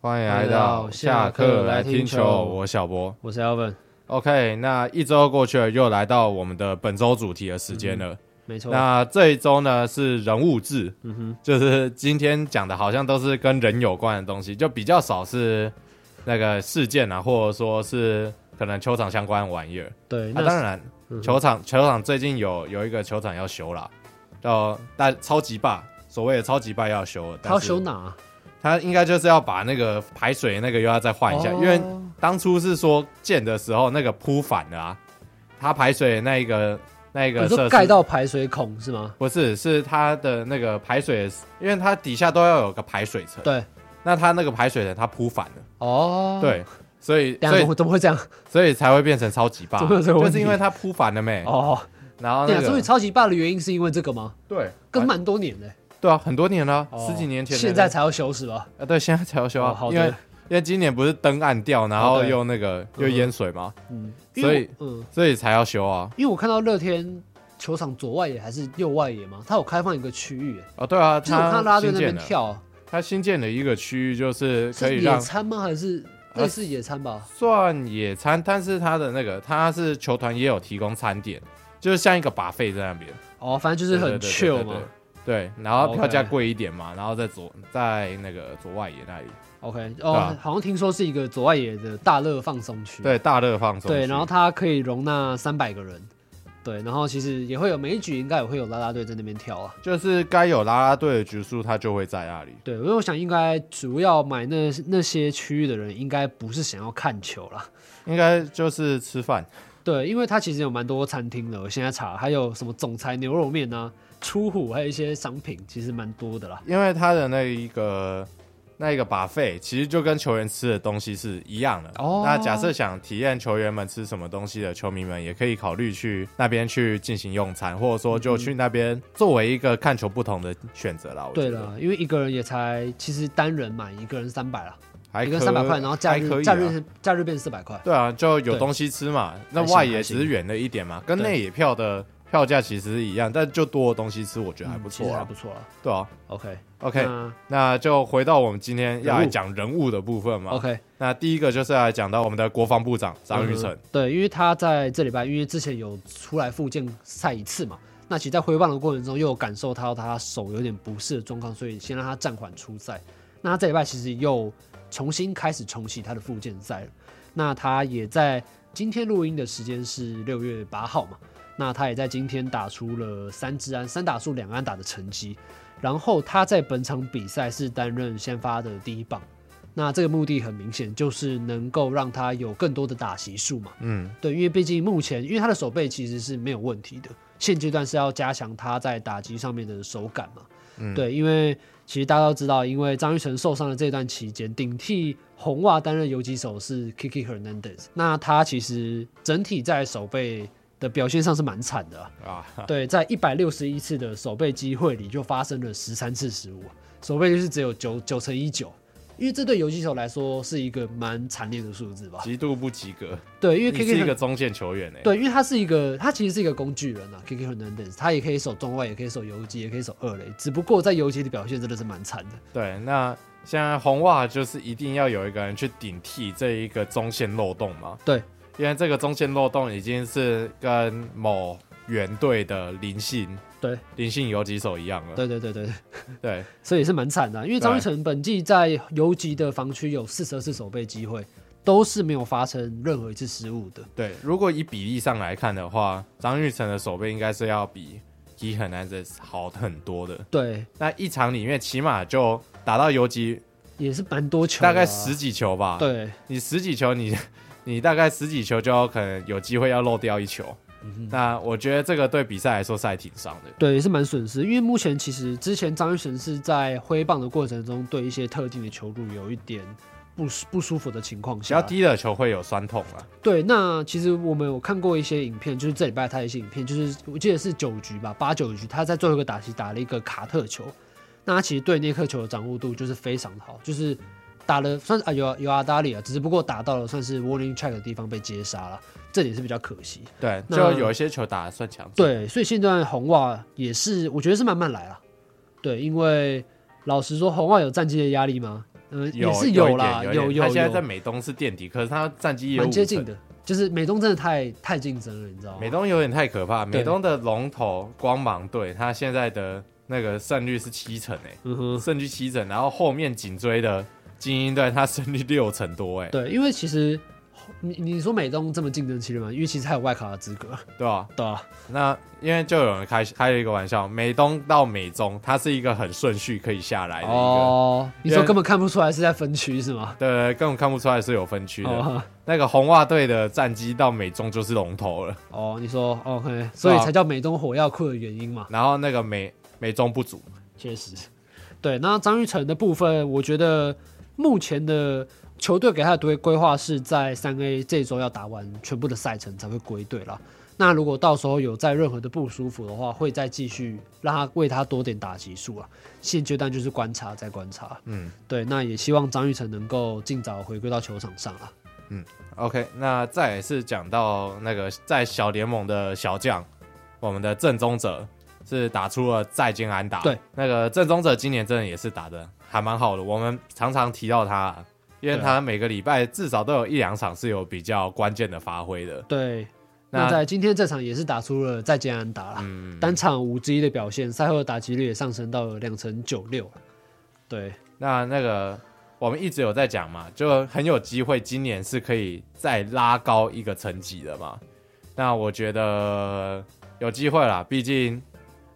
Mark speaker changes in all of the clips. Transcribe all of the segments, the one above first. Speaker 1: 欢迎来
Speaker 2: 来
Speaker 1: 到
Speaker 2: 到
Speaker 1: 下
Speaker 2: 下
Speaker 1: 课
Speaker 2: 课
Speaker 1: 来
Speaker 2: 来
Speaker 1: 听
Speaker 2: 听
Speaker 1: 球，
Speaker 2: 球
Speaker 1: 我小博。
Speaker 2: 我是 Alvin，
Speaker 1: OK，那一周过去了，又来到我们的本周主题的时间了。
Speaker 2: 没错。
Speaker 1: 那这一周呢是人物志，
Speaker 2: 嗯哼，
Speaker 1: 就是今天讲的好像都是跟人有关的东西，就比较少是那个事件啊，或者说是可能球场相关的玩意儿。
Speaker 2: 对，
Speaker 1: 那、
Speaker 2: 那
Speaker 1: 啊当然，
Speaker 2: 嗯哼
Speaker 1: 球场球场最近有有一个球场要修啦，叫大超级霸，所谓的超级霸要修了，
Speaker 2: 他要
Speaker 1: 但是
Speaker 2: 修哪？啊
Speaker 1: 他应该就是要把那个排水那个又要再换一下，
Speaker 2: 哦
Speaker 1: 因为当初是说建的时候那个铺反了啊，他排水的那一个那一
Speaker 2: 哦你
Speaker 1: 个设
Speaker 2: 说
Speaker 1: 施
Speaker 2: 盖到排水孔是吗？
Speaker 1: 不是是它的那个排水，因为它底下都要有个排水层，
Speaker 2: 对，
Speaker 1: 那它那个排水层它铺反了，
Speaker 2: 哦，，
Speaker 1: 对，所以
Speaker 2: 等
Speaker 1: 所
Speaker 2: 下
Speaker 1: 以
Speaker 2: 我怎么会这样？
Speaker 1: 所以才会变成超级霸，
Speaker 2: 怎么有 这个
Speaker 1: 就
Speaker 2: 问题
Speaker 1: 是因为它铺反了没，
Speaker 2: 哦，
Speaker 1: 然后
Speaker 2: 对
Speaker 1: 哎那
Speaker 2: 啊，所以
Speaker 1: 个
Speaker 2: 超级霸的原因是因为这个吗？
Speaker 1: 对
Speaker 2: 跟
Speaker 1: 啊
Speaker 2: 蛮多年的，
Speaker 1: 对啊，很多年了啊，
Speaker 2: 哦
Speaker 1: 十几年前的
Speaker 2: 现在才要修是吧？
Speaker 1: 啊对，现在才要修
Speaker 2: 哦
Speaker 1: 啊，
Speaker 2: 好
Speaker 1: 因为
Speaker 2: 的，
Speaker 1: 因为今年不是灯暗掉，然后
Speaker 2: 哦对
Speaker 1: 又那个又
Speaker 2: 嗯
Speaker 1: 淹水嘛。
Speaker 2: 嗯，
Speaker 1: 所以
Speaker 2: 因为我嗯，
Speaker 1: 所以才要修啊。
Speaker 2: 因为我看到乐天球场左外野还是右外野嘛，它有开放一个区域，
Speaker 1: 哦，对啊，
Speaker 2: 就是我看到
Speaker 1: 他
Speaker 2: 拉队
Speaker 1: 新
Speaker 2: 那
Speaker 1: 建
Speaker 2: 边
Speaker 1: 了，
Speaker 2: 跳，啊
Speaker 1: 他新建了一个区域，就是可
Speaker 2: 是
Speaker 1: 以
Speaker 2: 野
Speaker 1: 让
Speaker 2: 餐吗？还是
Speaker 1: 啊
Speaker 2: 类似野餐吧？
Speaker 1: 算野餐，但是他的那个他是球团也有提供餐点，就是像一个把费在那边，
Speaker 2: 哦，反正就是很
Speaker 1: 对
Speaker 2: chill 嘛。。
Speaker 1: 对对对对对，然后
Speaker 2: OK
Speaker 1: 票价贵一点嘛，然后在左在那个左外野那里，
Speaker 2: OK，
Speaker 1: 对
Speaker 2: 哦
Speaker 1: 啊，
Speaker 2: 好像听说是一个左外野的大乐放松区。
Speaker 1: 对，大热放松区。
Speaker 2: 对，然后它可以容纳三百个人。对，然后其实也会有每一局应该也会有啦啦队在那边跳啊。
Speaker 1: 就是该有啦啦队的局数，他就会在那里。
Speaker 2: 对，因为我想应该主要买那那些区域的人应该不是想要看球啦。
Speaker 1: 应该就是吃饭，
Speaker 2: 对，因为它其实有蛮多餐厅的，我现在查还有什么总裁牛肉面啊、出虎，还有一些商品，其实蛮多的啦。
Speaker 1: 因为他的那一个那一个把费，其实就跟球员吃的东西是一样的。
Speaker 2: 哦
Speaker 1: 那假设想体验球员们吃什么东西的球迷们，也可以考虑去那边去进行用餐，或者说就去那边作为一个看球不同的选择啦。我
Speaker 2: 对
Speaker 1: 觉得
Speaker 2: 了，因为一个人也才其实单人买一个人三百啦，
Speaker 1: 还
Speaker 2: 一
Speaker 1: 可
Speaker 2: 个人三百块，然后假
Speaker 1: 还可以啊
Speaker 2: 日假日假日变四百块。
Speaker 1: 对啊，就有
Speaker 2: 对
Speaker 1: 东西吃嘛。那
Speaker 2: 还行
Speaker 1: 外野
Speaker 2: 还行
Speaker 1: 只是远了一点嘛，跟
Speaker 2: 对
Speaker 1: 内野票的票价其实是一样，但就多的东西吃，我觉得还不
Speaker 2: 嗯其
Speaker 1: 错
Speaker 2: 实
Speaker 1: 啊。
Speaker 2: 还不错啊。
Speaker 1: 对啊
Speaker 2: OK
Speaker 1: ，OK，
Speaker 2: 那
Speaker 1: 那就回到我们今天要
Speaker 2: 人
Speaker 1: 来
Speaker 2: 物
Speaker 1: 讲人物的部分嘛。
Speaker 2: OK，
Speaker 1: 那第一个就是来讲到我们的国防部长张玉成，
Speaker 2: 嗯对，因为他在这礼拜，因为之前有出来复健赛一次嘛，那其实在挥棒的过程中又有感受到他手有点不适的状况，所以先让他暂缓出赛。那他这礼拜其实又重新开始重启他的复健赛了。那他也在今天录音的时间是六月八号嘛，那他也在今天打出了三支安、三打数两安打的成绩。然后他在本场比赛是担任先发的第一棒，那这个目的很明显，就是能够让他有更多的打席数嘛。
Speaker 1: 嗯，
Speaker 2: 对，因为毕竟目前，因为他的手背其实是没有问题的，现阶段是要加强他在打击上面的手感嘛。
Speaker 1: 嗯
Speaker 2: 对，因为其实大家都知道，因为张玉成受伤的这段期间，顶替红袜担任游击手是 Kiki Hernandez，那他其实整体在手背的表现上是蛮惨的啊、
Speaker 1: 啊，
Speaker 2: 对，在一百六十一次的守备机会里，就发生了十三次失误，守备就是只有九九乘以九，因为这对游击手来说是一个蛮惨烈的数字吧？
Speaker 1: 极度不及格，
Speaker 2: 对，因为
Speaker 1: 你
Speaker 2: K
Speaker 1: 是
Speaker 2: K
Speaker 1: 一个中线球员呢、欸
Speaker 2: 对，因为他是一个，他其实是一个工具人啊，K K Hernandez，他也可以守中外，也可以守游击，也可以守二垒，只不过在游击的表现真的是蛮惨的。
Speaker 1: 对，那现在红袜就是一定要有一个人去顶替这一个中线漏洞嘛，
Speaker 2: 对，
Speaker 1: 因为这个中线漏洞已经是跟某原队的林信
Speaker 2: 对，
Speaker 1: 林信游击手一样了，
Speaker 2: 对对对对，对
Speaker 1: 对，
Speaker 2: 所以也是蛮惨的啊、因为张玉成本季在游击的防区有四十二次守备机会，都是没有发生任何一次失误的。
Speaker 1: 对，如果以比例上来看的话，张玉成的手背应该是要比伊很难的好很多的，
Speaker 2: 对，
Speaker 1: 那一场里面起码就打到游击
Speaker 2: 也是蛮多球的啊、
Speaker 1: 大概十几球吧，
Speaker 2: 对，
Speaker 1: 你十几球你，你大概十几球就要可能有机会要漏掉一球。
Speaker 2: 嗯
Speaker 1: 那我觉得这个对比赛来说是还挺伤的。
Speaker 2: 对，也是蛮损失，因为目前其实之前张玉成是在挥棒的过程中，对一些特定的球路有一点不舒不舒服的情况
Speaker 1: 比较
Speaker 2: 下，
Speaker 1: 低的球会有酸痛啊，
Speaker 2: 对，那其实我们有看过一些影片，就是这礼拜他的一些影片，就是我记得是九局吧，八九局，他在最后一个打席打了一个卡特球，那他其实对那颗球的掌握度就是非常好，就是打了算是啊有有阿达里啊，只不过打到了算是 warning track 的地方被接杀了，这点是比较可惜。
Speaker 1: 对，
Speaker 2: 那
Speaker 1: 就有一些球打得算强。，
Speaker 2: 对，所以现在红袜也是，我觉得是慢慢来啦。对，因为老实说，红袜有战绩的压力吗？呃，
Speaker 1: 有
Speaker 2: 也是
Speaker 1: 有一
Speaker 2: 啦，
Speaker 1: 点有
Speaker 2: 有
Speaker 1: 一点他现在
Speaker 2: 有
Speaker 1: 在美东是垫底，可是他战绩也有
Speaker 2: 蛮接近
Speaker 1: 五成。
Speaker 2: 的，就是美东真的太太竞争了，你知道吗？
Speaker 1: 美东有点太可怕，
Speaker 2: 对
Speaker 1: 美东的龙头光芒队，他现在的那个胜率是七成诶、
Speaker 2: 嗯哼，
Speaker 1: 胜率七成，然后后面紧追的精英队，他胜率六成多欸诶、
Speaker 2: 对，因为其实你你说美东这么竞争激烈嘛，因为其实还有外卡的资格，
Speaker 1: 对吧、
Speaker 2: 对啊，
Speaker 1: 那因为就有人开开了一个玩笑，美东到美中，它是一个很顺序可以下来的一个，
Speaker 2: 哦，你
Speaker 1: 因
Speaker 2: 说
Speaker 1: 为
Speaker 2: 根本看不出来是在分区是吗？
Speaker 1: 对对，根本看不出来是有分区的。
Speaker 2: 哦
Speaker 1: 那个红袜队的战绩到美中就是龙头了，
Speaker 2: 哦，你说 OK，所以才叫美东火药库的原因嘛，
Speaker 1: 然后那个美美中不足，
Speaker 2: 确实。对，那张玉成的部分，我觉得目前的球队给他的规规划是在三 A 这周要打完全部的赛程才会归队啦。那如果到时候有在任何的不舒服的话，会再继续让他为他多点打击数啊。现阶段就是观察，再观察。
Speaker 1: 嗯
Speaker 2: 对，那也希望张玉成能够尽早回归到球场上啊。
Speaker 1: ，OK，那再也是讲到那个在小联盟的小将，我们的正宗者是打出了再见安打，
Speaker 2: 对，
Speaker 1: 那个正宗者今年真的也是打的还蛮好的，我们常常提到他啊，因为
Speaker 2: 对啊
Speaker 1: 他每个礼拜至少都有一两场是有比较关键的发挥的，
Speaker 2: 对，
Speaker 1: 那
Speaker 2: 那在今天这场也是打出了再见安打啦，
Speaker 1: 嗯，
Speaker 2: 单场五之一的表现，赛后的打击率也上升到了两成九六。对，
Speaker 1: 那那个我们一直有在讲嘛，就很有机会今年是可以再拉高一个层级的嘛。那我觉得有机会啦，毕竟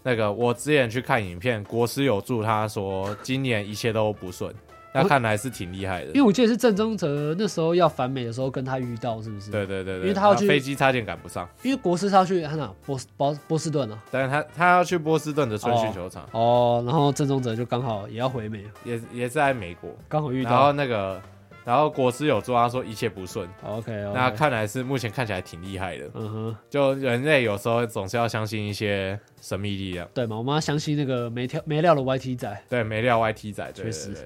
Speaker 1: 那个我之前去看影片，国师有祝他说今年一切都不顺，那看来是挺厉害的
Speaker 2: 因为。我记得是郑宗哲那时候要返美的时候跟他遇到，是不是？，
Speaker 1: 对对对对，
Speaker 2: 因为他要
Speaker 1: 那
Speaker 2: 去
Speaker 1: 飞机差点赶不上，
Speaker 2: 因为国师是要去他哪波斯波波士顿啊，
Speaker 1: 但是他他要去波士顿的春训
Speaker 2: 哦
Speaker 1: 球场，
Speaker 2: 哦，然后郑宗哲就刚好也要回美，
Speaker 1: 也也是在美国。
Speaker 2: 刚好遇
Speaker 1: 然后
Speaker 2: 到。
Speaker 1: 那个，然后国师有祝他说一切不顺，
Speaker 2: OK，, o k
Speaker 1: 那看来是目前看起来挺厉害的。
Speaker 2: 嗯哼，
Speaker 1: 就人类有时候总是要相信一些神秘力量。
Speaker 2: 对嘛，我们要相信那个没跳没料的 YT 仔，
Speaker 1: 对，没料 YT 仔，对
Speaker 2: 确
Speaker 1: 对
Speaker 2: 实
Speaker 1: 对，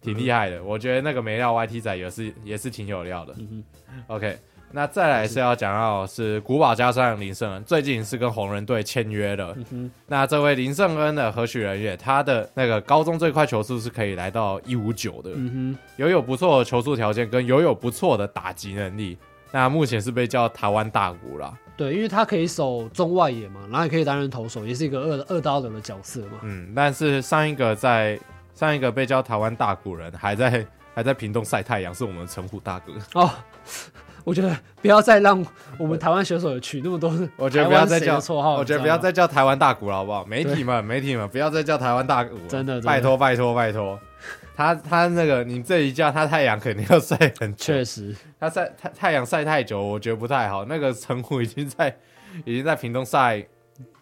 Speaker 1: 挺厉害的。我觉得那个没料 YT 仔也是 也是挺有料的。
Speaker 2: 嗯
Speaker 1: OK，那再来是要讲到是古堡加上林圣恩，最近是跟红人队签约了。
Speaker 2: 哼，嗯哼，
Speaker 1: 那这位林圣恩的何许人也？他的那个高中最快球速是可以来到一五九的，
Speaker 2: 嗯
Speaker 1: 拥有不错的球速条件跟拥有不错的打击能力。那目前是被叫台湾大鼓啦，
Speaker 2: 哼，对，因为他可以守中外野嘛，然后也可以担任投手，也是一个二二刀流的角色嘛。
Speaker 1: 嗯，但是上一个在上一个被叫台湾大古人，还在 还在屏东晒太阳，是我们的陈虎大哥。
Speaker 2: 哦， 我觉得不要再让我们台湾选手取那么多
Speaker 1: 我觉得不要再
Speaker 2: 台
Speaker 1: 叫
Speaker 2: 湾谁的绰号，
Speaker 1: 我觉得
Speaker 2: 你
Speaker 1: 不
Speaker 2: 知道
Speaker 1: 要
Speaker 2: 吗
Speaker 1: 再叫台湾大古了，好不好？媒体们，媒体们，不要再叫台湾大古了，
Speaker 2: 真的真的
Speaker 1: 拜托拜托拜托。他他那个，你这一叫他太阳肯定要晒很久，
Speaker 2: 确实，
Speaker 1: 他晒太太阳晒太久，我觉得不太好。那个陈虎已经在 已经在屏东晒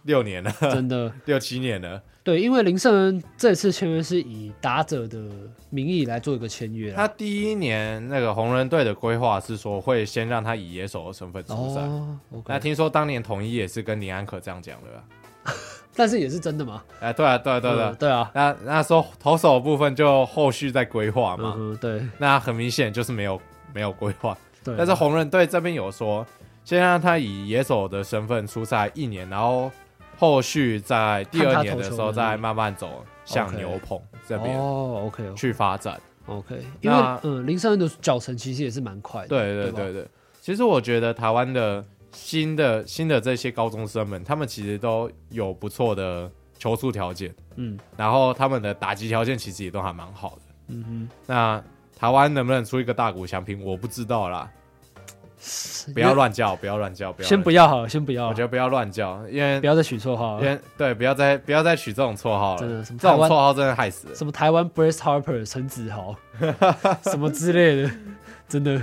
Speaker 1: 六年了，
Speaker 2: 真的。
Speaker 1: 六七年了。
Speaker 2: 对，因为林圣恩这次签约是以打者的名义来做一个签约啦
Speaker 1: 他第一年那个红人队的规划是说会先让他以野手的身份出赛。
Speaker 2: 哦
Speaker 1: 那
Speaker 2: ，OK，
Speaker 1: 听说当年统一也是跟林安可这样讲的吧？
Speaker 2: 但是也是真的嘛？
Speaker 1: 哎，对啊，对啊，对啊对
Speaker 2: 嗯
Speaker 1: 啊。
Speaker 2: 对啊，
Speaker 1: 那那时候投手的部分就后续在规划
Speaker 2: 嗯
Speaker 1: 嘛，
Speaker 2: 哼，对
Speaker 1: 那很明显就是没有没有规划。
Speaker 2: 对。啊
Speaker 1: 但是红人队这边有说，先让他以野手的身份出赛一年，然后后续在第二年的时候
Speaker 2: 看他投球能力
Speaker 1: 再慢慢走向
Speaker 2: OK
Speaker 1: 牛棚这边
Speaker 2: 哦，OK
Speaker 1: 去发展。
Speaker 2: 哦 OK，因为
Speaker 1: 那
Speaker 2: 嗯，林圣恩的脚程其实也是蛮快的，
Speaker 1: 对对
Speaker 2: 吧
Speaker 1: 对对，其实我觉得台湾的新的新的这些高中生们，他们其实都有不错的球速条件，
Speaker 2: 嗯
Speaker 1: 然后他们的打击条件其实也都还蛮好的。
Speaker 2: 嗯
Speaker 1: 那台湾能不能出一个大鼓相拼，我不知道啦。
Speaker 2: 哼，
Speaker 1: 不要乱叫，不要乱叫，不要
Speaker 2: 先
Speaker 1: 乱
Speaker 2: 不要好了，先不
Speaker 1: 叫，
Speaker 2: 要
Speaker 1: 我觉
Speaker 2: 了，
Speaker 1: 得不要乱叫，因为
Speaker 2: 不要再取绰号
Speaker 1: 因
Speaker 2: 了，
Speaker 1: 为对，不要再不要再取这种绰号
Speaker 2: 真
Speaker 1: 了，
Speaker 2: 的什么
Speaker 1: 这
Speaker 2: 台
Speaker 1: 种
Speaker 2: 湾
Speaker 1: 绰号真的害死人。
Speaker 2: 什么台湾 Brace Harper 陈子 豪什么之类的，真的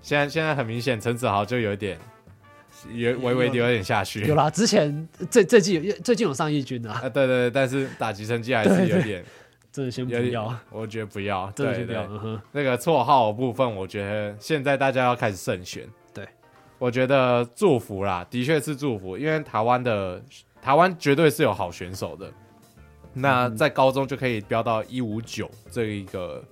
Speaker 1: 现在现在很明显，陈子豪就有点有微微的有点下去
Speaker 2: 有。啦。之前最最近有最近有上义军啊，
Speaker 1: 啊，对对对，但是打击成绩还是有点
Speaker 2: 真的先不
Speaker 1: 有
Speaker 2: 要
Speaker 1: 点，，我觉得不要，
Speaker 2: 真的
Speaker 1: 对
Speaker 2: 先不要。
Speaker 1: 对
Speaker 2: 嗯哼，
Speaker 1: 那个绰号的部分，我觉得现在大家要开始慎选。
Speaker 2: 对，
Speaker 1: 我觉得祝福啦，的确是祝福，因为台湾的台湾绝对是有好选手的。那在高中就可以飙到一五九这一个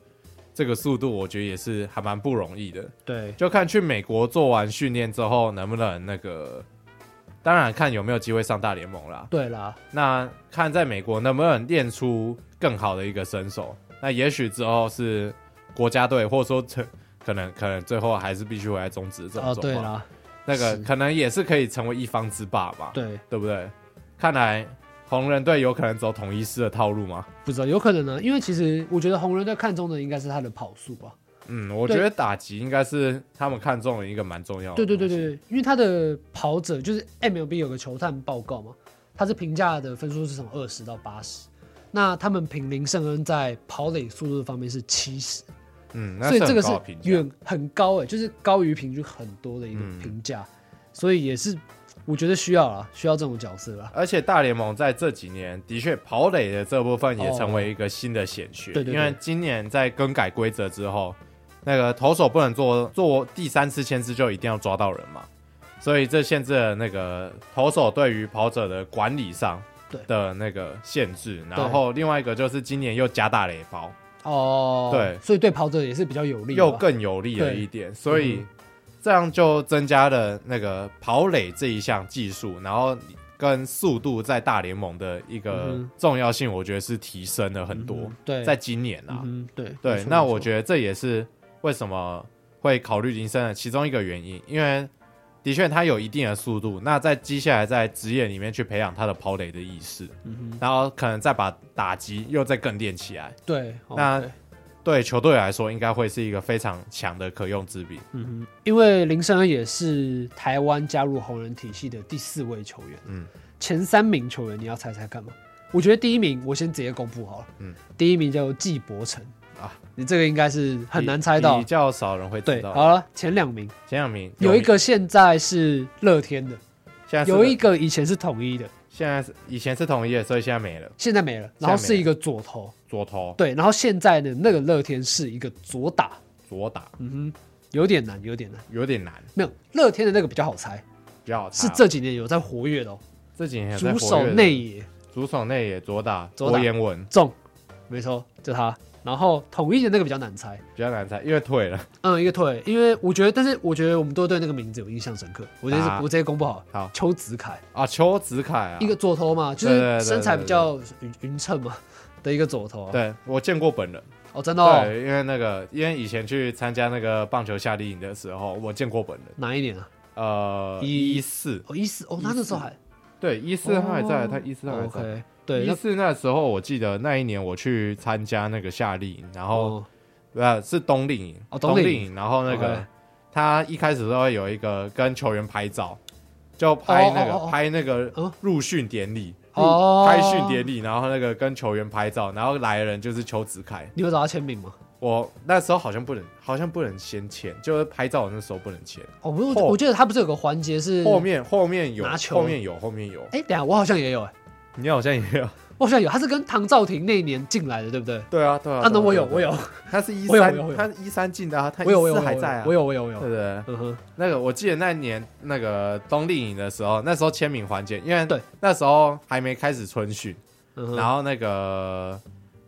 Speaker 1: 这个速度，我觉得也是还蛮不容易的。
Speaker 2: 对，
Speaker 1: 就看去美国做完训练之后能不能那个，当然看有没有机会上大联盟啦。
Speaker 2: 对啦，
Speaker 1: 那看在美国能不能练出更好的一个身手。那也许之后是国家队，或者说成可能可能最后还是必须回来终止这种
Speaker 2: 哦，对
Speaker 1: 状况。
Speaker 2: 啦，
Speaker 1: 那个
Speaker 2: 是
Speaker 1: 可能也是可以成为一方之霸嘛，
Speaker 2: 对，
Speaker 1: 对不对？看来红人队有可能走统一师的套路吗？
Speaker 2: 不知道有可能呢，因为其实我觉得红人队看中的应该是他的跑速吧。
Speaker 1: 嗯，我
Speaker 2: 对
Speaker 1: 觉得打击应该是他们看中的一个蛮重要的。
Speaker 2: 对对对对，对，因为他的跑者就是 MLB 有个球探报告嘛，他是评价的分数是从二十到八十，那他们平林圣恩在跑垒速度方面是七十，
Speaker 1: 嗯，那
Speaker 2: 所以这个
Speaker 1: 很
Speaker 2: 是
Speaker 1: 高的评价
Speaker 2: 远很高哎、就是高于平均很多的一个
Speaker 1: 嗯
Speaker 2: 评价，所以也是我觉得需要啦，需要这种角色啦。
Speaker 1: 而且大联盟在这几年的确跑垒的这部分也成为一个新的显学，
Speaker 2: 哦对对对
Speaker 1: 因为今年在更改规则之后，那个投手不能做做第三次牵制就一定要抓到人嘛，所以这限制了那个投手对于跑者的管理上
Speaker 2: 对
Speaker 1: 的那个限制，
Speaker 2: 对
Speaker 1: 然后另外一个就是今年又加大垒包，
Speaker 2: 哦，
Speaker 1: 对
Speaker 2: 所以对跑者也是比较有利的吧，
Speaker 1: 又更有利了
Speaker 2: 对
Speaker 1: 一点，所以
Speaker 2: 嗯
Speaker 1: 这样就增加了那个跑垒这一项技术，然后跟速度在大联盟的一个
Speaker 2: 嗯哼
Speaker 1: 重要性，我觉得是提升了很多。
Speaker 2: 嗯对，
Speaker 1: 在今年啊，
Speaker 2: 嗯哼对
Speaker 1: 对，那我
Speaker 2: 得
Speaker 1: 觉得这也是为什么会考虑林森的其中一个原因，因为的确他有一定的速度，那在接下来在职业里面去培养他的跑垒的意识，
Speaker 2: 嗯
Speaker 1: 然后可能再把打击又再更练起来。
Speaker 2: 对，哦
Speaker 1: 那
Speaker 2: 对
Speaker 1: 对球队来说，应该会是一个非常强的可用之兵。
Speaker 2: 嗯哼，因为林圣恩也是台湾加入红人体系的第四位球员。
Speaker 1: 嗯
Speaker 2: 嗯，前三名球员你要猜猜看吗？我觉得第一名我先直接公布好了。
Speaker 1: 嗯
Speaker 2: 嗯，第一名叫纪伯成
Speaker 1: 啊
Speaker 2: 啊，你这个应该是很难猜
Speaker 1: 比
Speaker 2: 到
Speaker 1: 比。较少人会知
Speaker 2: 对，
Speaker 1: 道。
Speaker 2: 好了，前两名啊
Speaker 1: 前两名
Speaker 2: 有一个现在是乐天的，
Speaker 1: 现在是
Speaker 2: 有一个以前是统一的，
Speaker 1: 现在是以前是统一的，所以现在没了。
Speaker 2: 现在没了。
Speaker 1: 现在没了
Speaker 2: 然后是一个左投，
Speaker 1: 左投
Speaker 2: 对，然后现在呢，那个乐天是一个左打，
Speaker 1: 左打
Speaker 2: 嗯哼，有点难，有点难。
Speaker 1: 有点难，
Speaker 2: 没有乐天的那个比较好猜，
Speaker 1: 比较好猜
Speaker 2: 是
Speaker 1: 哦
Speaker 2: 这几年有在活跃的哦，
Speaker 1: 这几年有在
Speaker 2: 主
Speaker 1: 活跃
Speaker 2: 手
Speaker 1: 的
Speaker 2: 内野。
Speaker 1: 主手内也左打
Speaker 2: 左
Speaker 1: 郭
Speaker 2: 打
Speaker 1: 彦文
Speaker 2: 中，没错，就他。然后统一的那个比较难猜，
Speaker 1: 比较难猜，因为退了。
Speaker 2: 嗯，一个退，因为我觉得，但是我觉得我们都对那个名字有印象深刻。我直接、
Speaker 1: 啊
Speaker 2: 我直接公布好了，
Speaker 1: 好
Speaker 2: 邱子凯，
Speaker 1: 啊，邱子凯啊，
Speaker 2: 一个左投嘛，就
Speaker 1: 对对对
Speaker 2: 是
Speaker 1: 对
Speaker 2: 身材比较匀匀称嘛的一个左投、啊。，
Speaker 1: 对我见过本人，
Speaker 2: 哦，真的、哦，
Speaker 1: 对，因为那个因为以前去参加那个棒球夏令营的时候，我见过本人。
Speaker 2: 哪一年啊？
Speaker 1: 呃，
Speaker 2: 一
Speaker 1: 一四
Speaker 2: 哦，一四，哦，他那时候还
Speaker 1: 对一四他还在，
Speaker 2: 哦
Speaker 1: 他一四他还
Speaker 2: 哦
Speaker 1: 在。
Speaker 2: OK，对，
Speaker 1: 一
Speaker 2: 那
Speaker 1: 四那时候我记得那一年我去参加那个夏令营，然后
Speaker 2: 哦
Speaker 1: 呃，是冬令营，
Speaker 2: 哦
Speaker 1: 冬
Speaker 2: 冬令哦
Speaker 1: 令营，然后那个
Speaker 2: OK
Speaker 1: 他一开始都会有一个跟球员拍照，就拍那个
Speaker 2: 哦哦哦哦
Speaker 1: 拍那个
Speaker 2: 嗯
Speaker 1: 入训典礼，入
Speaker 2: 哦
Speaker 1: 开训典礼，然后那个跟球员拍照，然后来的人就是邱子凯。
Speaker 2: 你有找他签名吗？
Speaker 1: 我那时候好像不能，好像不能先签，就是拍照的那时候不能签，
Speaker 2: 哦，不是，
Speaker 1: 后
Speaker 2: 我记得他不是有个环节是
Speaker 1: 后，面后面有，
Speaker 2: 嗯拿球
Speaker 1: 后面有，后面有，
Speaker 2: 哎、等一下我好像也有、哎，
Speaker 1: 你好像也有，
Speaker 2: 我好像有，他是跟唐兆廷那一年进来的，对不对？
Speaker 1: 对啊，对啊，
Speaker 2: 啊，那
Speaker 1: 对
Speaker 2: 我有，
Speaker 1: 对
Speaker 2: 我有，
Speaker 1: 他是一
Speaker 2: 我有
Speaker 1: 三
Speaker 2: 我有我，有
Speaker 1: 他一三进的啊，他
Speaker 2: 我有，我有，
Speaker 1: 一
Speaker 2: 我
Speaker 1: 四
Speaker 2: 有
Speaker 1: 还在啊
Speaker 2: 我，有，我有，我
Speaker 1: 对
Speaker 2: 有
Speaker 1: 不，对？
Speaker 2: 嗯哼。
Speaker 1: 那个我记得那年那个冬令营的时候，那时候签名环节，因为
Speaker 2: 对
Speaker 1: 那时候还没开始春训，
Speaker 2: 嗯哼
Speaker 1: 然后那个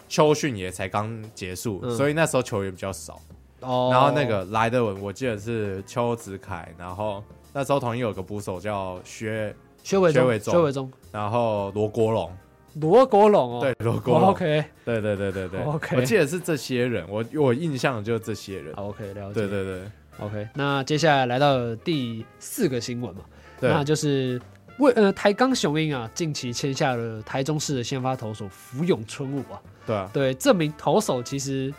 Speaker 1: 秋训也才刚结束，
Speaker 2: 嗯
Speaker 1: 所以那时候球员比较少。
Speaker 2: 哦，
Speaker 1: 然后那个来的我记得是邱子凯，然后那时候同一有个捕手叫薛，
Speaker 2: 薛伟
Speaker 1: 薛伟
Speaker 2: 中，
Speaker 1: 中
Speaker 2: 薛伟中，
Speaker 1: 然后罗国龙，
Speaker 2: 罗国龙哦，
Speaker 1: 对罗国
Speaker 2: 哦
Speaker 1: 龙，
Speaker 2: ，OK 哦
Speaker 1: 对对对对对
Speaker 2: OK
Speaker 1: 我记得是这些人，我我印象就是这些人，
Speaker 2: 好 OK 了解，
Speaker 1: 对对对
Speaker 2: OK。那接下来来到了第四个新闻嘛，那
Speaker 1: 对，
Speaker 2: 就是为呃台钢雄鹰啊，近期签下了台中市的先发投手福永春武啊，
Speaker 1: 对啊，
Speaker 2: 对，这名投手其实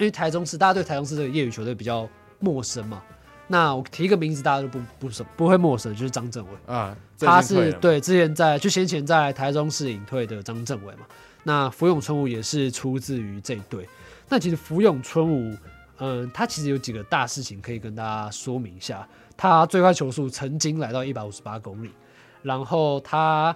Speaker 2: 因为台中市大家对台中市这个业余球队比较陌生嘛，那我提一个名字大家就不不熟不会陌生，就是张振伟。
Speaker 1: 啊，
Speaker 2: 他
Speaker 1: 最近退
Speaker 2: 是
Speaker 1: 了嘛
Speaker 2: 对之前在就先前在台中市隐退的张政伟嘛，那福永春武也是出自于这一队。那其实福永春武，嗯，他其实有几个大事情可以跟大家说明一下。他最快球速曾经来到一百五十八公里，然后他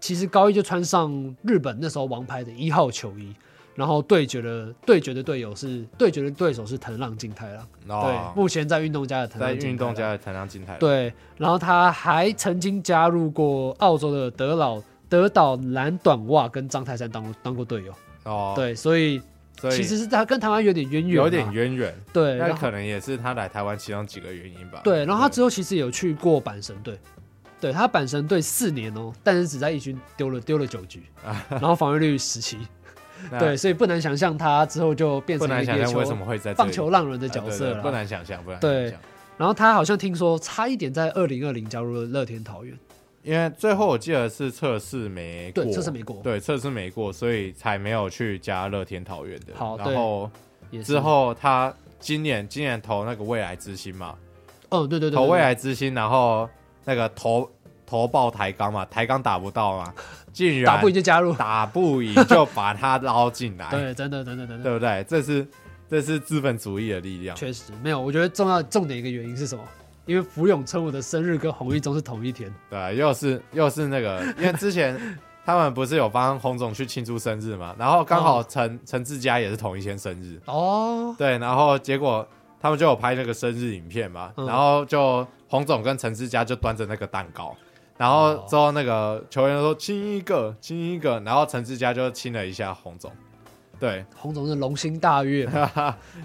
Speaker 2: 其实高一就穿上日本那时候王牌的一号球衣，然后对决的对决的队友是对决的对手是藤浪静太郎，
Speaker 1: 哦
Speaker 2: 对，目前在运动家的藤
Speaker 1: 在
Speaker 2: 浪静
Speaker 1: 运
Speaker 2: 太
Speaker 1: 动
Speaker 2: 郎。
Speaker 1: 家的台上金台，
Speaker 2: 对，然后他还曾经加入过澳洲的德老德岛蓝短袜，跟张泰山当过当过队友。
Speaker 1: 哦，
Speaker 2: 对，所以
Speaker 1: 所以
Speaker 2: 其实是他跟台湾有点渊源嘛，
Speaker 1: 有点渊源，
Speaker 2: 对，
Speaker 1: 那
Speaker 2: 然后
Speaker 1: 可能也是他来台湾其中几个原因吧。
Speaker 2: 对，然后他之后其实有去过阪神队。对他 阪神队四年哦，但是只在一军丢了丢了九局，然后防御率十七，
Speaker 1: 那
Speaker 2: 对，所以不难想象他之后就变
Speaker 1: 啊不
Speaker 2: 成
Speaker 1: 难
Speaker 2: 一个
Speaker 1: 想
Speaker 2: 野
Speaker 1: 象为什
Speaker 2: 球
Speaker 1: 么会在这
Speaker 2: 棒
Speaker 1: 里
Speaker 2: 球浪人的角
Speaker 1: 呃对
Speaker 2: 色
Speaker 1: 对不
Speaker 2: 了。
Speaker 1: 难想象，不难
Speaker 2: 对
Speaker 1: 想象。
Speaker 2: 然后他好像听说差一点在二零二零加入了乐天桃园，
Speaker 1: 因为最后我记得是测试没过，
Speaker 2: 对，这是美国，
Speaker 1: 对测试没过，所以才没有去加乐天桃园的。
Speaker 2: 好
Speaker 1: 然
Speaker 2: 对
Speaker 1: 后
Speaker 2: 也是
Speaker 1: 之，后他今年今年投那个未来之星嘛，
Speaker 2: 嗯，对对对，
Speaker 1: 投
Speaker 2: 对
Speaker 1: 未
Speaker 2: 对
Speaker 1: 来之星，然后那个投投爆台钢嘛，台钢打不到 嘛，竟然
Speaker 2: 打不赢就加入，
Speaker 1: 打不赢就把他捞进来，
Speaker 2: 对，啊真的，真的，真的，
Speaker 1: 对不对？这是这是资本主义的力量。
Speaker 2: 确实没有。我觉得重要重点一个原因是什么？因为福永春武的生日跟洪一中是同一天，
Speaker 1: 对，又是又是那个，因为之前他们不是有帮洪总去庆祝生日嘛，然后刚
Speaker 2: 嗯
Speaker 1: 好陈陈志佳也是同一天生日，
Speaker 2: 哦，
Speaker 1: 对，然后结果他们就有拍那个生日影片嘛，
Speaker 2: 嗯
Speaker 1: 然后就洪总跟陈志佳就端着那个蛋糕，然后之后那个球员说亲一个，亲一个，然后陈志佳就亲了一下洪总，对，
Speaker 2: 洪总是龙心大 悦，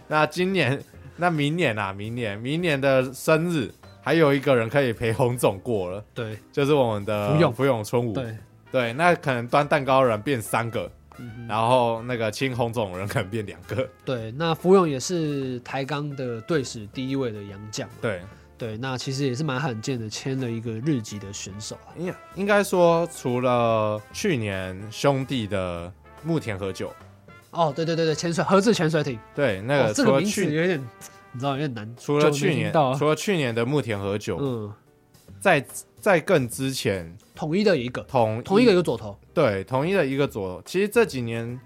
Speaker 1: 那今年那明年啊，明年明年的生日还有一个人可以陪洪总过了，
Speaker 2: 对
Speaker 1: 就是我们的
Speaker 2: 福永
Speaker 1: 福永春武。
Speaker 2: 对，
Speaker 1: 对，那可能端蛋糕的人变三个，
Speaker 2: 嗯哼
Speaker 1: 然后那个青红种人可能变两个。
Speaker 2: 对。那福永也是台钢的队史第一位的洋将，
Speaker 1: 对，
Speaker 2: 对，那其实也是蛮罕见的，签了一个日籍的选手啊，
Speaker 1: 应应该说，除了去年兄弟的木田和久，
Speaker 2: 哦，对对对对，潜水合资潜水艇，
Speaker 1: 对，那个
Speaker 2: 哦、这
Speaker 1: 除
Speaker 2: 个
Speaker 1: 了
Speaker 2: 名字
Speaker 1: 去、
Speaker 2: 有点，你知道有点难，
Speaker 1: 除了
Speaker 2: 就没
Speaker 1: 去年
Speaker 2: 听到啊
Speaker 1: 除了去年的木田和久，
Speaker 2: 嗯，
Speaker 1: 在在更之前
Speaker 2: 统一的一个，
Speaker 1: 同
Speaker 2: 统一的一个左投，
Speaker 1: 对同一的一个左，其实这几年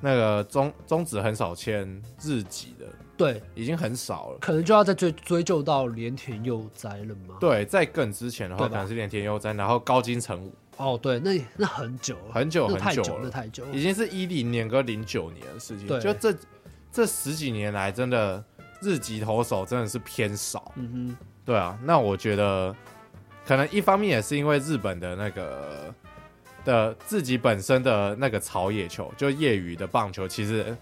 Speaker 1: 那个中中指很少签日籍的，
Speaker 2: 对，
Speaker 1: 已经很少了。
Speaker 2: 可能就要再追追究到连田佑哉了吗？
Speaker 1: 对，在更之前的话，
Speaker 2: 对
Speaker 1: 可
Speaker 2: 吧
Speaker 1: 能是连田佑哉，然后高金城武，
Speaker 2: 哦，对，那那很久了，
Speaker 1: 很久
Speaker 2: 那太
Speaker 1: 很
Speaker 2: 久
Speaker 1: 了
Speaker 2: 那，太久了
Speaker 1: 已，经是一零年跟零九年的事情。
Speaker 2: 对
Speaker 1: 就这这十几年来，真的日籍投手真的是偏少。
Speaker 2: 嗯
Speaker 1: 对啊，那我觉得可能一方面也是因为日本的那个的自己本身的那个草野球，就业余的棒球，其实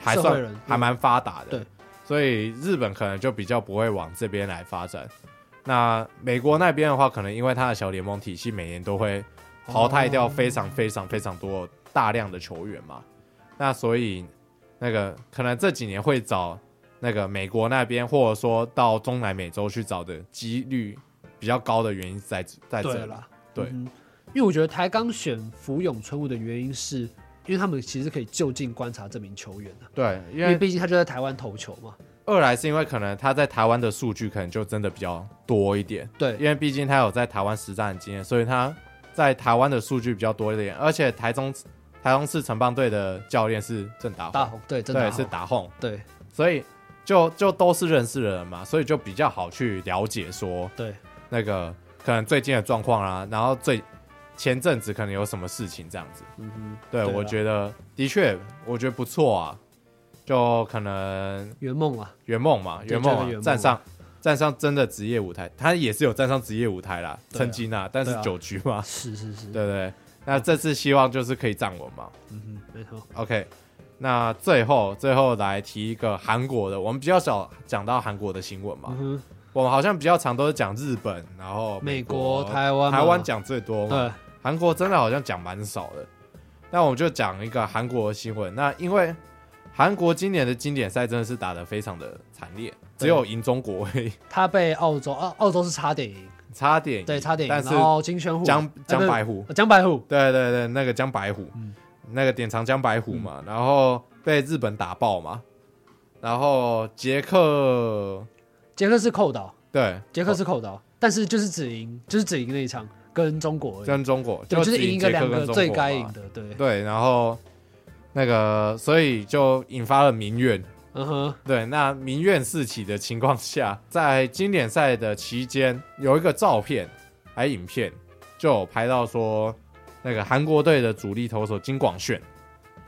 Speaker 1: 还
Speaker 2: 社会
Speaker 1: 算
Speaker 2: 人嗯
Speaker 1: 还蛮发达的。
Speaker 2: 对，
Speaker 1: 所以日本可能就比较不会往这边来发展。那美国那边的话，可能因为它的小联盟体系每年都会淘汰
Speaker 2: 哦
Speaker 1: 掉非常非常非常多大量的球员嘛，那所以那个可能这几年会找那个美国那边，或者说到中南美洲去找的几率比较高的原因在在这
Speaker 2: 哼，对
Speaker 1: 里。
Speaker 2: 啦，
Speaker 1: 对
Speaker 2: 嗯哼因为我觉得台钢选福永春武的原因是，因为他们其实可以就近观察这名球员啊，
Speaker 1: 对，因
Speaker 2: 因为
Speaker 1: 为
Speaker 2: 毕竟他就在台湾投球嘛，
Speaker 1: 二来是因为可能他在台湾的数据可能就真的比较多一点，因
Speaker 2: 对，
Speaker 1: 为毕竟他有在台湾实战的经验，所以他在台湾的数据比较多一点。而且台中台中市城棒队的教练是郑达
Speaker 2: 大
Speaker 1: 宏，
Speaker 2: 红，对，真
Speaker 1: 对，
Speaker 2: 的
Speaker 1: 是打轰，
Speaker 2: 对
Speaker 1: 所以就就都是认识的人嘛，所以就比较好去了解说
Speaker 2: 对，
Speaker 1: 那个可能最近的状况啦，然后最前阵子可能有什么事情这样子。
Speaker 2: 嗯哼，
Speaker 1: 对，
Speaker 2: 对啊
Speaker 1: 我觉得的确，我觉得不错啊。就可能
Speaker 2: 圆梦啊，
Speaker 1: 圆梦嘛，
Speaker 2: 对
Speaker 1: 圆梦、
Speaker 2: 这个
Speaker 1: 啊
Speaker 2: 圆、梦啊
Speaker 1: 站上站上真的职业舞台，他也是有站上职业舞台啦，
Speaker 2: 对啊
Speaker 1: 曾经啊，但是
Speaker 2: 对啊
Speaker 1: 九局嘛，
Speaker 2: 是是是，
Speaker 1: 对不对？那这次希望就是可以站稳嘛。
Speaker 2: 嗯哼，没错，
Speaker 1: OK，那最后最后来提一个韩国的，我们比较少讲到韩国的新闻嘛，
Speaker 2: 嗯哼，
Speaker 1: 我们好像比较常都是讲日本，然后
Speaker 2: 美
Speaker 1: 国、
Speaker 2: 国、台湾嘛、
Speaker 1: 台湾讲最多嘛，
Speaker 2: 对，
Speaker 1: 韩国真的好像讲蛮少的。那我们就讲一个韩国的新闻。那因为韩国今年的经典赛真的是打得非常的惨烈，只
Speaker 2: 对
Speaker 1: 有赢中国而已，
Speaker 2: 他被澳洲啊澳澳洲是差点赢，
Speaker 1: 差点赢
Speaker 2: 对，差点赢，
Speaker 1: 但是
Speaker 2: 然后金宣虎
Speaker 1: 江江白
Speaker 2: 虎，
Speaker 1: 虎，
Speaker 2: 呃江白虎，
Speaker 1: 对对对，那个江白虎，
Speaker 2: 嗯
Speaker 1: 那个典藏江白虎嘛，然后被日本打爆嘛，然后捷克
Speaker 2: 杰克是扣倒，
Speaker 1: 对
Speaker 2: 杰克是扣倒，但是就是只赢，就是只赢那一场跟中国而已，
Speaker 1: 跟中国，
Speaker 2: 对，就是
Speaker 1: 只
Speaker 2: 赢一个
Speaker 1: 捷克
Speaker 2: 两
Speaker 1: 跟
Speaker 2: 个
Speaker 1: 中
Speaker 2: 最
Speaker 1: 国
Speaker 2: 该
Speaker 1: 嘛
Speaker 2: 赢的，对，
Speaker 1: 对，然后那个，所以就引发了民怨。
Speaker 2: 嗯哼，
Speaker 1: 对，那民怨四起的情况下，在经典赛的期间，有一个照片还影片，就有拍到说，那个韩国队的主力投手金广炫，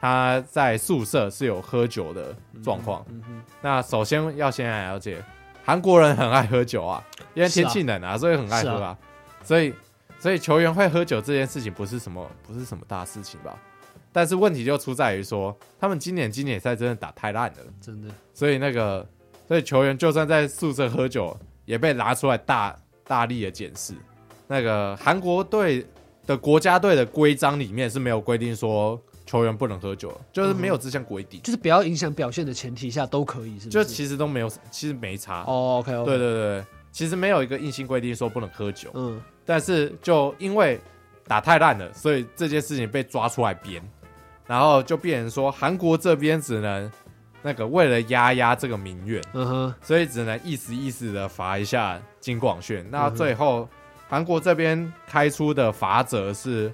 Speaker 1: 他在宿舍是有喝酒的状况。
Speaker 2: 嗯哼，
Speaker 1: 那首先要先来了解，韩国人很爱喝酒啊，因为
Speaker 2: 是啊
Speaker 1: 天气冷啊，所以很爱喝
Speaker 2: 是
Speaker 1: 啊，所以所以球员会喝酒这件事情不是什么不是什么大事情吧？但是问题就出在于说，他们今年经典赛真的打太烂了，
Speaker 2: 真的，
Speaker 1: 所以那个所以球员就算在宿舍喝酒，也被拿出来大大力的检视。那个韩国队的国家队的规章里面是没有规定说球员不能喝酒了，就是没有这项规定，
Speaker 2: 就是不要影响表现的前提下都可嗯以，是不是？
Speaker 1: 就其实都没有，其实没差。
Speaker 2: 哦，OK，, o
Speaker 1: 对对对，其实没有一个硬性规定说不能喝酒，
Speaker 2: 嗯，
Speaker 1: 但是就因为打太烂了，所以这件事情被抓出来编，然后就变成说韩国这边只能那个为了压压这个民怨，
Speaker 2: 嗯哼，
Speaker 1: 所以只能意思意思的罚一下金广炫。那
Speaker 2: 嗯哼
Speaker 1: 最后韩国这边开出的罚则是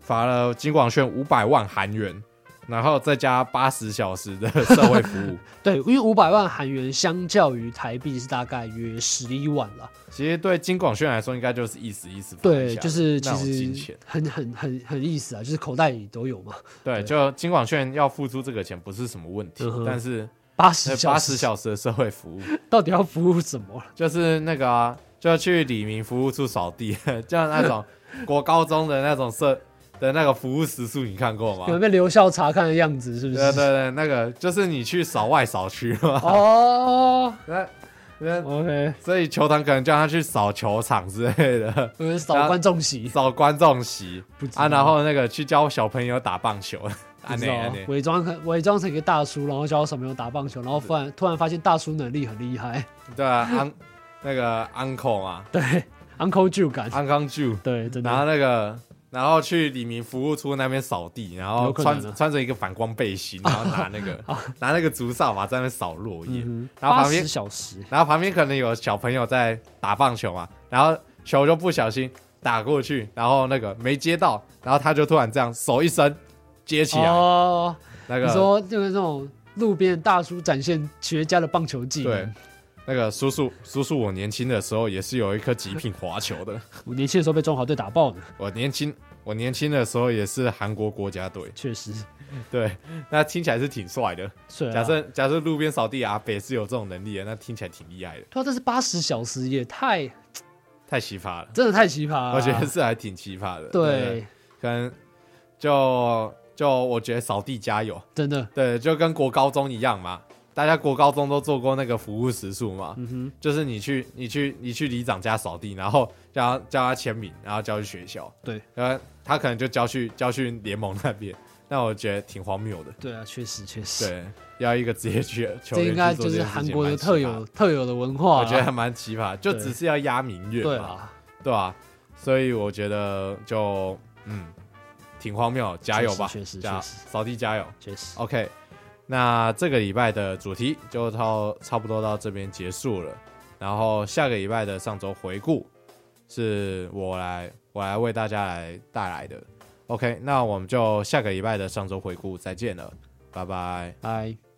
Speaker 1: 罚了金广炫五百万韩元，然后再加八十小时的社会服 务。
Speaker 2: 对，因为五百万韩元相较于台币是大概约十一万啦。
Speaker 1: 其实对金广炫来说，应该就是意思意思罚一
Speaker 2: 对，
Speaker 1: 下
Speaker 2: 就是
Speaker 1: 哦那种
Speaker 2: 其
Speaker 1: 金
Speaker 2: 实
Speaker 1: 钱。
Speaker 2: 很 很很很意思啊，就是口袋里都有嘛，
Speaker 1: 对，
Speaker 2: 对
Speaker 1: 就金广炫要付出这个钱不是什么问题
Speaker 2: 嗯，哼
Speaker 1: 但是
Speaker 2: 八十
Speaker 1: 哎八十小时的社会服务，
Speaker 2: 到底要服务什么？
Speaker 1: 就是那个啊，就去李明服务处扫地， 像那 种国高中的那种社的那个服务时数，你看过吗
Speaker 2: 有？没有被留校查看的样子？是不
Speaker 1: 对
Speaker 2: 是？
Speaker 1: 对对，那个就是你去扫外扫区嘛，
Speaker 2: 哦
Speaker 1: 那那
Speaker 2: ，OK，
Speaker 1: 所以球团可能叫他去扫球场之类 的，
Speaker 2: 我们
Speaker 1: 然
Speaker 2: 扫
Speaker 1: 后
Speaker 2: 观众席
Speaker 1: 扫观众席
Speaker 2: 不知
Speaker 1: 啊，
Speaker 2: 道
Speaker 1: 然后那个去教小朋友打棒球，啊
Speaker 2: 不
Speaker 1: 那
Speaker 2: 知道
Speaker 1: 啊
Speaker 2: 啊
Speaker 1: 那，
Speaker 2: 伪装成伪装成一个大叔，然后教小朋友打棒球，然后突然突然发现大叔能力很厉害，
Speaker 1: 对啊，安那个 uncle 嘛
Speaker 2: 对，Uncle Joe 感，
Speaker 1: ，uncle Jew。
Speaker 2: 对，真
Speaker 1: 然后
Speaker 2: 的，
Speaker 1: 那个，然后去李明服务处那边扫地，然后
Speaker 2: 有可
Speaker 1: 穿
Speaker 2: 能啊啊
Speaker 1: 穿着一个反光背心，然后拿那个 拿那个竹扫把在那边扫落叶，然后
Speaker 2: 嗯八
Speaker 1: 旁边
Speaker 2: 十小时，
Speaker 1: 然后旁边可能有小朋友在打棒球嘛，然后球就不小心打过去，然后那个没接到，然后他就突然这样手一伸接起来，
Speaker 2: 哦，
Speaker 1: 那
Speaker 2: 你
Speaker 1: 个
Speaker 2: 说就是那种路边大叔展现绝佳的棒球技
Speaker 1: 对
Speaker 2: 能，。
Speaker 1: 那个叔叔，叔叔，我年轻的时候也是有一颗极品滑球的。
Speaker 2: 我年轻的时候被中华队打爆的，
Speaker 1: 我年轻，我年轻的时候也是韩国国家队。
Speaker 2: 确实，
Speaker 1: 对，那听起来是挺帅的。
Speaker 2: 是啊
Speaker 1: 假设假设路边扫地阿北是有这种能力的，那听起来挺厉害的，
Speaker 2: 对啊，但是八十小时也太
Speaker 1: 太奇葩了。
Speaker 2: 真的太奇葩了。
Speaker 1: 我觉得是还挺奇葩的。
Speaker 2: 啊对，
Speaker 1: 可能就就我觉得扫地加油，
Speaker 2: 真的，
Speaker 1: 对，就跟国高中一样嘛。大家国高中都做过那个服务时数嘛，
Speaker 2: 嗯
Speaker 1: 就是你去你去你去里长家扫地，然后叫他叫他签名，然后交去学校，
Speaker 2: 对，
Speaker 1: 然后他可能就交去交去联盟那边，那我觉得挺荒谬的
Speaker 2: 哼，。对啊，确实确实，
Speaker 1: 对，要一个职业球球
Speaker 2: 这
Speaker 1: 员
Speaker 2: 应
Speaker 1: 去
Speaker 2: 该
Speaker 1: 做
Speaker 2: 就
Speaker 1: 这
Speaker 2: 是
Speaker 1: 件事
Speaker 2: 韩
Speaker 1: 情
Speaker 2: 国的
Speaker 1: 蛮奇
Speaker 2: 特
Speaker 1: 葩
Speaker 2: 有特有的文化啊。
Speaker 1: 我觉得还蛮奇葩，就只是要压民怨，
Speaker 2: 对
Speaker 1: 嘛，
Speaker 2: 啊，
Speaker 1: 对吧、所以我觉得就嗯，挺荒谬，加油吧，
Speaker 2: 确实确实
Speaker 1: 加
Speaker 2: 确实
Speaker 1: 扫地加油
Speaker 2: 确实。
Speaker 1: ，OK。那这个礼拜的主题就到差不多到这边结束了，然后下个礼拜的上周回顾是我来我来为大家来带来的，OK，那我们就下个礼拜的上周回顾再见了，拜拜。
Speaker 2: 拜。